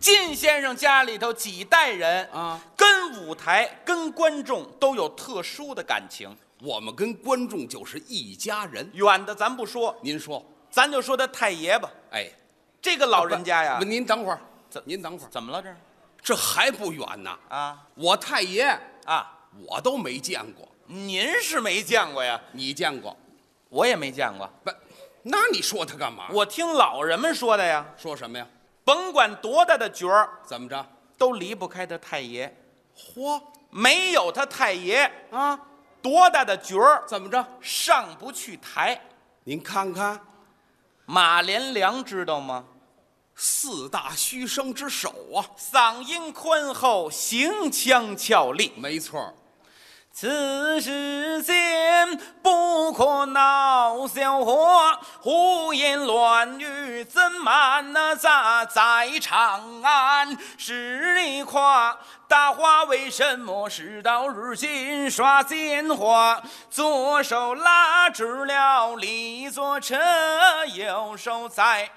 靳先生家里头几代人啊，跟舞台、跟观众都有特殊的感情。我们跟观众就是一家人。远的咱不说，您说，咱就说他太爷吧，哎，这个老人家呀不，您等会儿怎，您等会儿，怎么了这儿？这还不远呢。啊我太爷啊，我都没见过，您是没见过呀，你见过？我也没见过，不，那你说他干嘛？我听老人们说的呀，说什么呀？甭管多大的角儿，怎么着？都离不开他太爷，嚯没有他太爷，啊！多大的角儿怎么着？上不去台。您看看，马连良知道吗？四大须生之首啊！嗓音宽厚，行腔俏丽。没错儿，此世间不可闹笑话，胡言乱语怎瞒那咱在长安十里跨？大话为什么事到如今耍奸猾？左手拉直了李左车，右手在。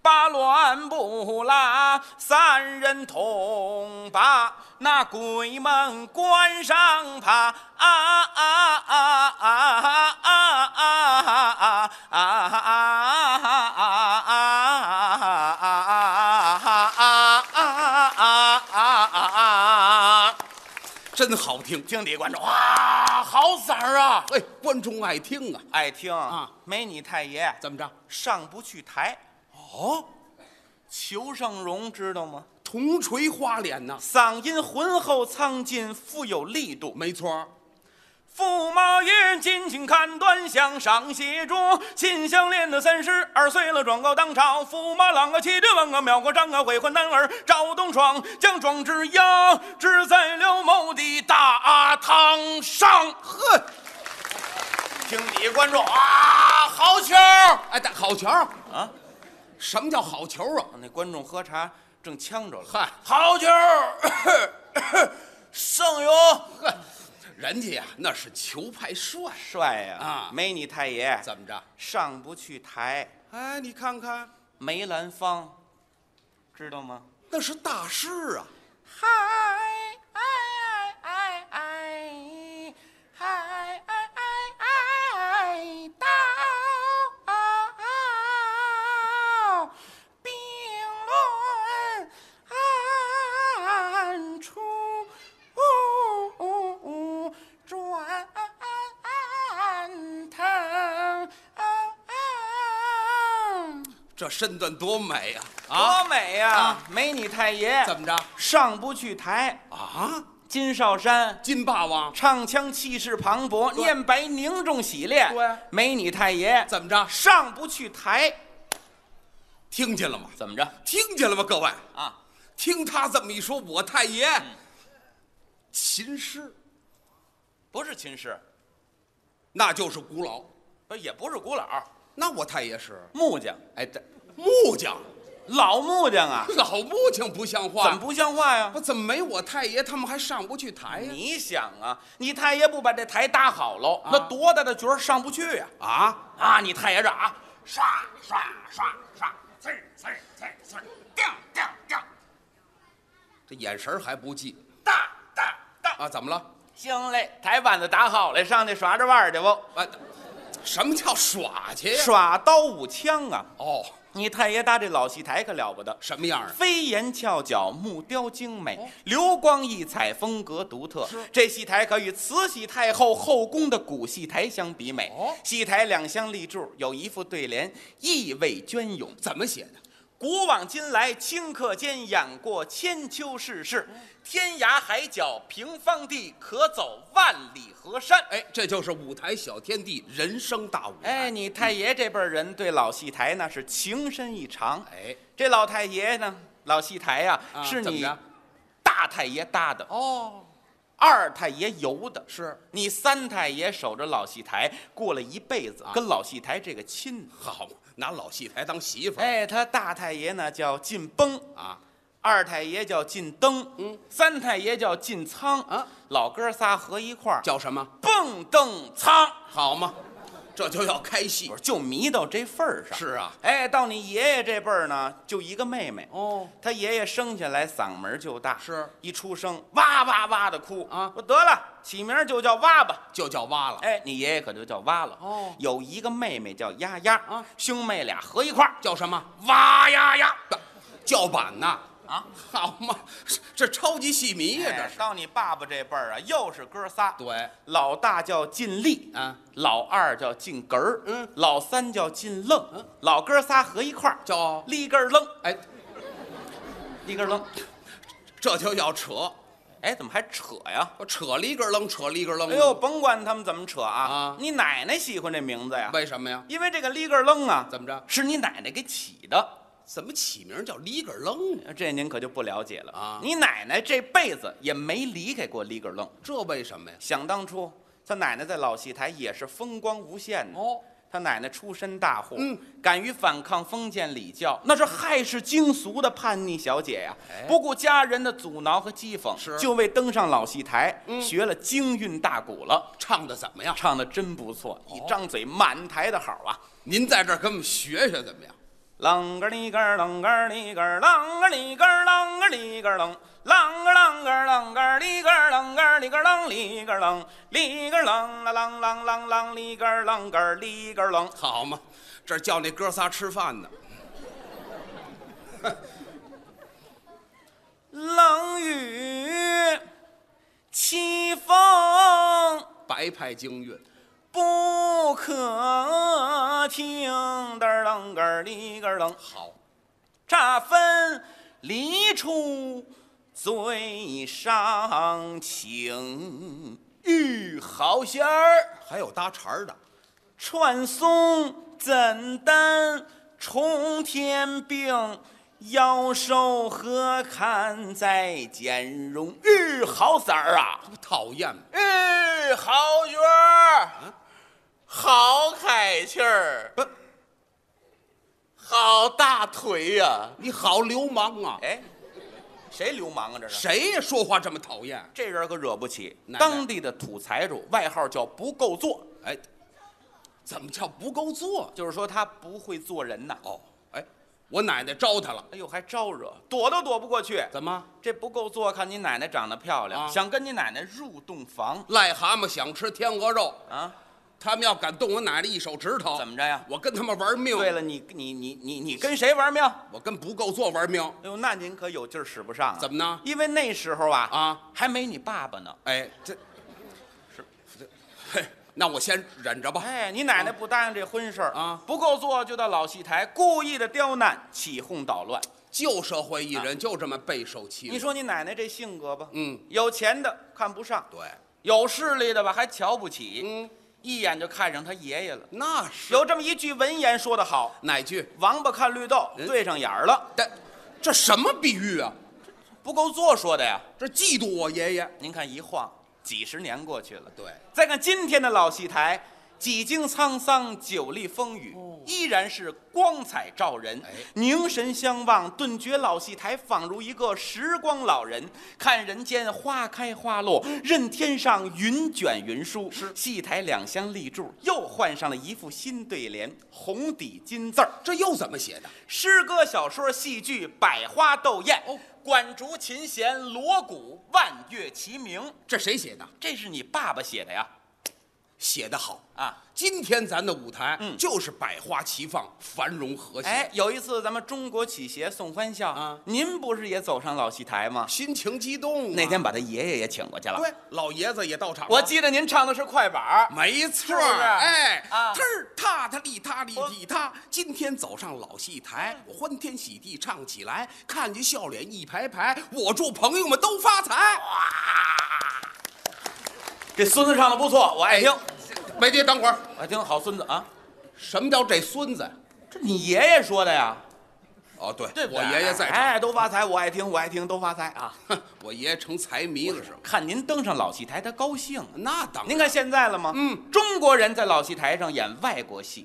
把乱不拉，三人同把那鬼门关上爬。啊啊啊啊啊啊啊啊啊啊啊！真好听。经理观众，哇，好色儿啊！哎，观众爱听啊。爱听啊，没你太爷怎么着？上不去台。哦，裘盛戎知道吗？铜锤花脸呐，嗓音浑厚苍劲，富有力度。没错儿。驸马爷，金请看端详，赏写着秦香莲的三十二岁了，转告当朝。驸马郎啊，骑着王啊，秒过张啊，悔婚男儿赵东闯，将壮志压制在了某的大堂上。呵，听你观众啊，好球啊！哎，大好球儿！什么叫好球儿啊？那观众喝茶正呛着了，嗨好球！胜勇。呵，人家呀、那是球派帅，帅呀、啊没你太爷怎么着？上不去台。哎，你看看，梅兰芳，知道吗？那是大师啊！嗨哎哎哎哎，嗨哎哎哎到并论出转腾。这身段多美呀、啊！多美呀、啊没你太爷怎么着？上不去台？啊，金少山金霸王唱腔气势磅礴，对念白凝重洗练。对没你太爷怎么着？上不去台？听见了吗？怎么着听见了吗？各位，啊？听他这么一说，我太爷，琴师不是秦氏，那就是古老，不呃也不是古老那我太爷是木匠，哎，这木匠，老木匠啊，老木匠不像话，怎么不像话呀不？怎么没我太爷他们还上不去台呀、你想啊，你太爷不把这台搭好喽，那多大的角儿上不去呀？啊，啊，你太爷这啊，刷刷刷刷，呲儿呲儿呲儿呲儿，掉掉掉，这眼神儿还不济大大大。啊？怎么了？行嘞，台板子搭好了，上去耍着腕儿去不？啊，什么叫耍去呀？耍刀舞枪啊！哦，你太爷搭这老戏台可了不得，什么样啊？飞檐翘角，木雕精美，流光溢彩，风格独特。这戏台可与慈禧太后后宫的古戏台相比美。哦戏台两相立柱，有一副对联，意味隽永。怎么写的？古往今来，顷刻间演过千秋世事，天涯海角，平方地，可走万里河山。哎，这就是舞台小天地，人生大舞台。哎，你太爷这辈儿人对老戏台那是情深意长。哎，这老太爷呢，老戏台呀、啊是怎么你着大太爷搭的，哦，二太爷游的，是你三太爷守着老戏台过了一辈啊子，跟老戏台这个亲。好嘛，拿老戏台当媳妇儿、哎，他大太爷呢叫进崩，啊，二太爷叫进灯，嗯，三太爷叫进仓啊，老哥仨合一块儿叫什么？蹦蹬仓。好嘛，这就要开戏我说就迷到这份儿上。是啊哎，到你爷爷这辈儿呢，就一个妹妹。哦，他爷爷生下来嗓门儿就大，是一出生哇哇哇的哭啊我得了，起名儿就叫哇吧。就叫挖了，哎，你爷爷可就叫哇了。哦有一个妹妹叫丫丫啊兄妹俩合一块儿叫什么？哇呀呀叫板呐？啊。好嘛，这这超级戏迷呀，这哎是。到你爸爸这辈儿啊，又是哥仨。对，老大叫尽力，啊，老二叫尽哏儿，嗯，老三叫尽愣，老哥仨合一块儿叫叫立根儿愣，哎，立根儿愣。这就要扯，哎，怎么还扯呀？我扯里个楞，扯里个楞。哎呦，，甭管他们怎么扯啊，嗯啊你奶奶喜欢这名字呀，为什么呀？因为这个立根儿愣啊，怎么着？是你奶奶给起的。怎么起名叫里个楞呢？这您可就不了解了啊你奶奶这辈子也没离开过立根儿愣。这为什么呀？想当初，他奶奶在老戏台也是风光无限的。哦，他奶奶出身大户，嗯敢于反抗封建礼教，那是害世惊俗的叛逆小姐呀、哎不顾家人的阻挠和讥讽，是嗯就为登上老戏台，学了京韵大鼓了，唱的怎么样？唱的真不错，哦一张嘴满台的好啊。您在这儿跟我们学学怎么样？啷个里个儿啷个儿里个儿啷个里个儿啷个里个儿啷，啷个啷个儿啷个儿里个儿啷个儿里个儿啷里个儿啷，里个儿啷啦啷啷啷啷里个儿啷个儿里个儿啷。好嘛，这儿叫那哥仨吃饭呢。冷雨凄风白派京韵，不可听，嘚儿啷个儿里个儿啷，好，乍分离处最伤情。玉好仙儿还有搭茬儿的，传颂怎担冲天病？妖兽何堪再减容？玉好色儿啊！这不讨厌吗？哎，好角儿，好凯气儿，不，好大腿呀、你好流氓啊！哎，谁流氓啊？这是谁呀？说话这么讨厌？这人可惹不起，奶奶当地的土财主，外号叫不够做，哎，怎么叫不够做？就是说他不会做人呐。哦，哎，我奶奶招他了，哎呦，还招惹，躲都躲不过去。怎么？这不够做，看你奶奶长得漂亮，啊想跟你奶奶入洞房癞蛤蟆想吃天鹅肉，啊？他们要敢动我奶奶一手指头，怎么着呀？我跟他们玩命。对了，你你你你你跟谁玩命？我跟不够做玩命。哎呦，那您可有劲儿使不上啊！怎么呢因为那时候啊啊，还没你爸爸呢。哎，这是这，嘿，那我先忍着吧。哎，你奶奶不答应这婚事儿啊不够做就到老戏台故意的刁难、起哄捣乱。旧社会艺人就这么备受欺啊负。你说你奶奶这性格吧，嗯，有钱的看不上，对，有势力的吧还瞧不起，嗯，一眼就看上他爷爷了。那是有这么一句文言说得好哪句？：“王八看绿豆，嗯对上眼儿了。但这什么比喻啊？”不够做说的呀。这嫉妒我爷爷。您看一晃几十年过去了，对，再看今天的老戏台，几经沧桑，久历风雨，依然是光彩照人。哦哎凝神相望，顿觉老戏台仿如一个时光老人，看人间花开花落，任天上云卷云舒。嗯是戏台两相立柱，又换上了一副新对联，红底金字儿。这又怎么写的？诗歌、小说、戏剧百花斗艳，哦管竹、琴弦、锣鼓，万乐齐鸣。这谁写的？这是你爸爸写的呀？写得好！啊，今天咱的舞台，嗯就是百花齐放，繁荣和谐，哎，有一次咱们中国曲协送欢笑啊您不是也走上老戏台吗？心情激动、啊。那天把他爷爷也请过去了。对，老爷子也到场了。我记得您唱的是快板儿没错儿，是不是哎，啊他儿踏踏里踏里我里踏，今天走上老戏台，嗯我欢天喜地唱起来，看见笑脸一排排，我祝朋友们都发财。这孙子唱的不错，我爱听，梅爹，等会儿，哎我爱听，好孙子啊！什么叫这孙子？这你爷爷说的呀，哦，对，对不对我爷爷在场，哎，都发财，我爱听，我爱听，都发财啊！哼我爷爷成财迷了是吧？看您登上老戏台，他高兴啊。那当然，您看现在了吗？嗯，中国人在老戏台上演外国戏，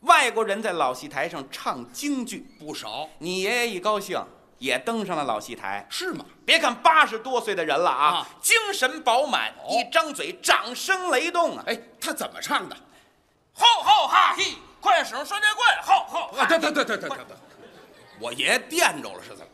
外国人在老戏台上唱京剧。不少你爷爷一高兴，也登上了老戏台。是吗？别看八十多岁的人了啊，啊精神饱满，哦一张嘴，掌声雷动啊！哎，他怎么唱的？吼吼哈嘿，快手双截棍，吼吼啊，等等等等等等等，我爷惦着了是怎怎么？么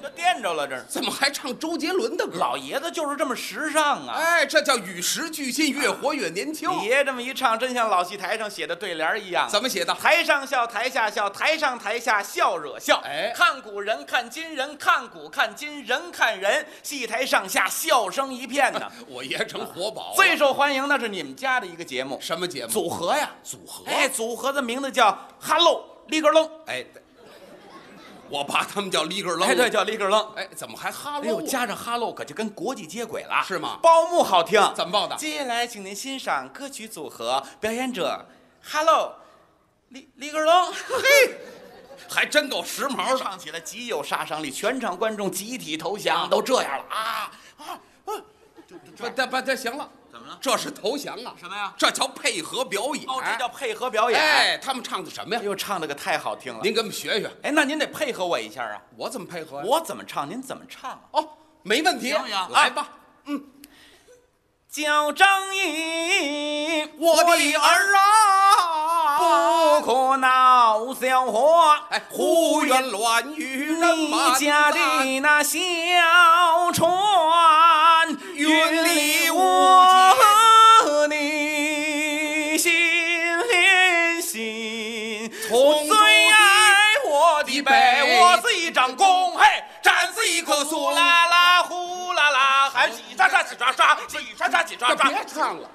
这垫着了这儿？怎么还唱周杰伦的歌？老爷子就是这么时尚啊！哎，这叫与时俱进，越活越年轻。你爷这么一唱，真像老戏台上写的对联儿一样。啊怎么写的？台上笑，台下笑，台上台下笑惹笑。哎看古人，看今人，看古看今人看人，戏台上下笑声一片哎呢。我爷成活啊宝了。最受欢迎那是你们家的一个节目，什么节目？组合呀。组合。哎，组合的名字叫哈喽里格楞，哎，我爸他们叫立个楞。哎对，叫里格楞。哎，怎么还哈喽？啊哎呦，加上哈喽可就跟国际接轨了，是吗包幕好听，怎么报的？接下来，请您欣赏歌曲组合，表演者，Hello，李李格隆，嘿，还真够时髦 的。唱起来极有杀伤力，全场观众集体投降，都这样了啊啊！啊不，这不，这行了，怎么了？这是投降啊！什么呀这叫配合表演。哦，这叫配合表演。哎哎，他们唱的什么呀？呦，唱的可太好听了。您给我们学学，哎，那您得配合我一下啊，我怎么配合呀？我怎么唱您怎么唱啊。哦，没问题，行不行来吧，叫张仪，我的儿啊，不可闹笑话。哎，胡言乱语，人你满家赞的那小船，云云里里雾我间的心心，同住最爱我的北北，我是一张弓，嘿，战士一棵松树，啦啦呼啦啦，喊起喳喳起喳喳，起喳喳起这喳别喳。唱了，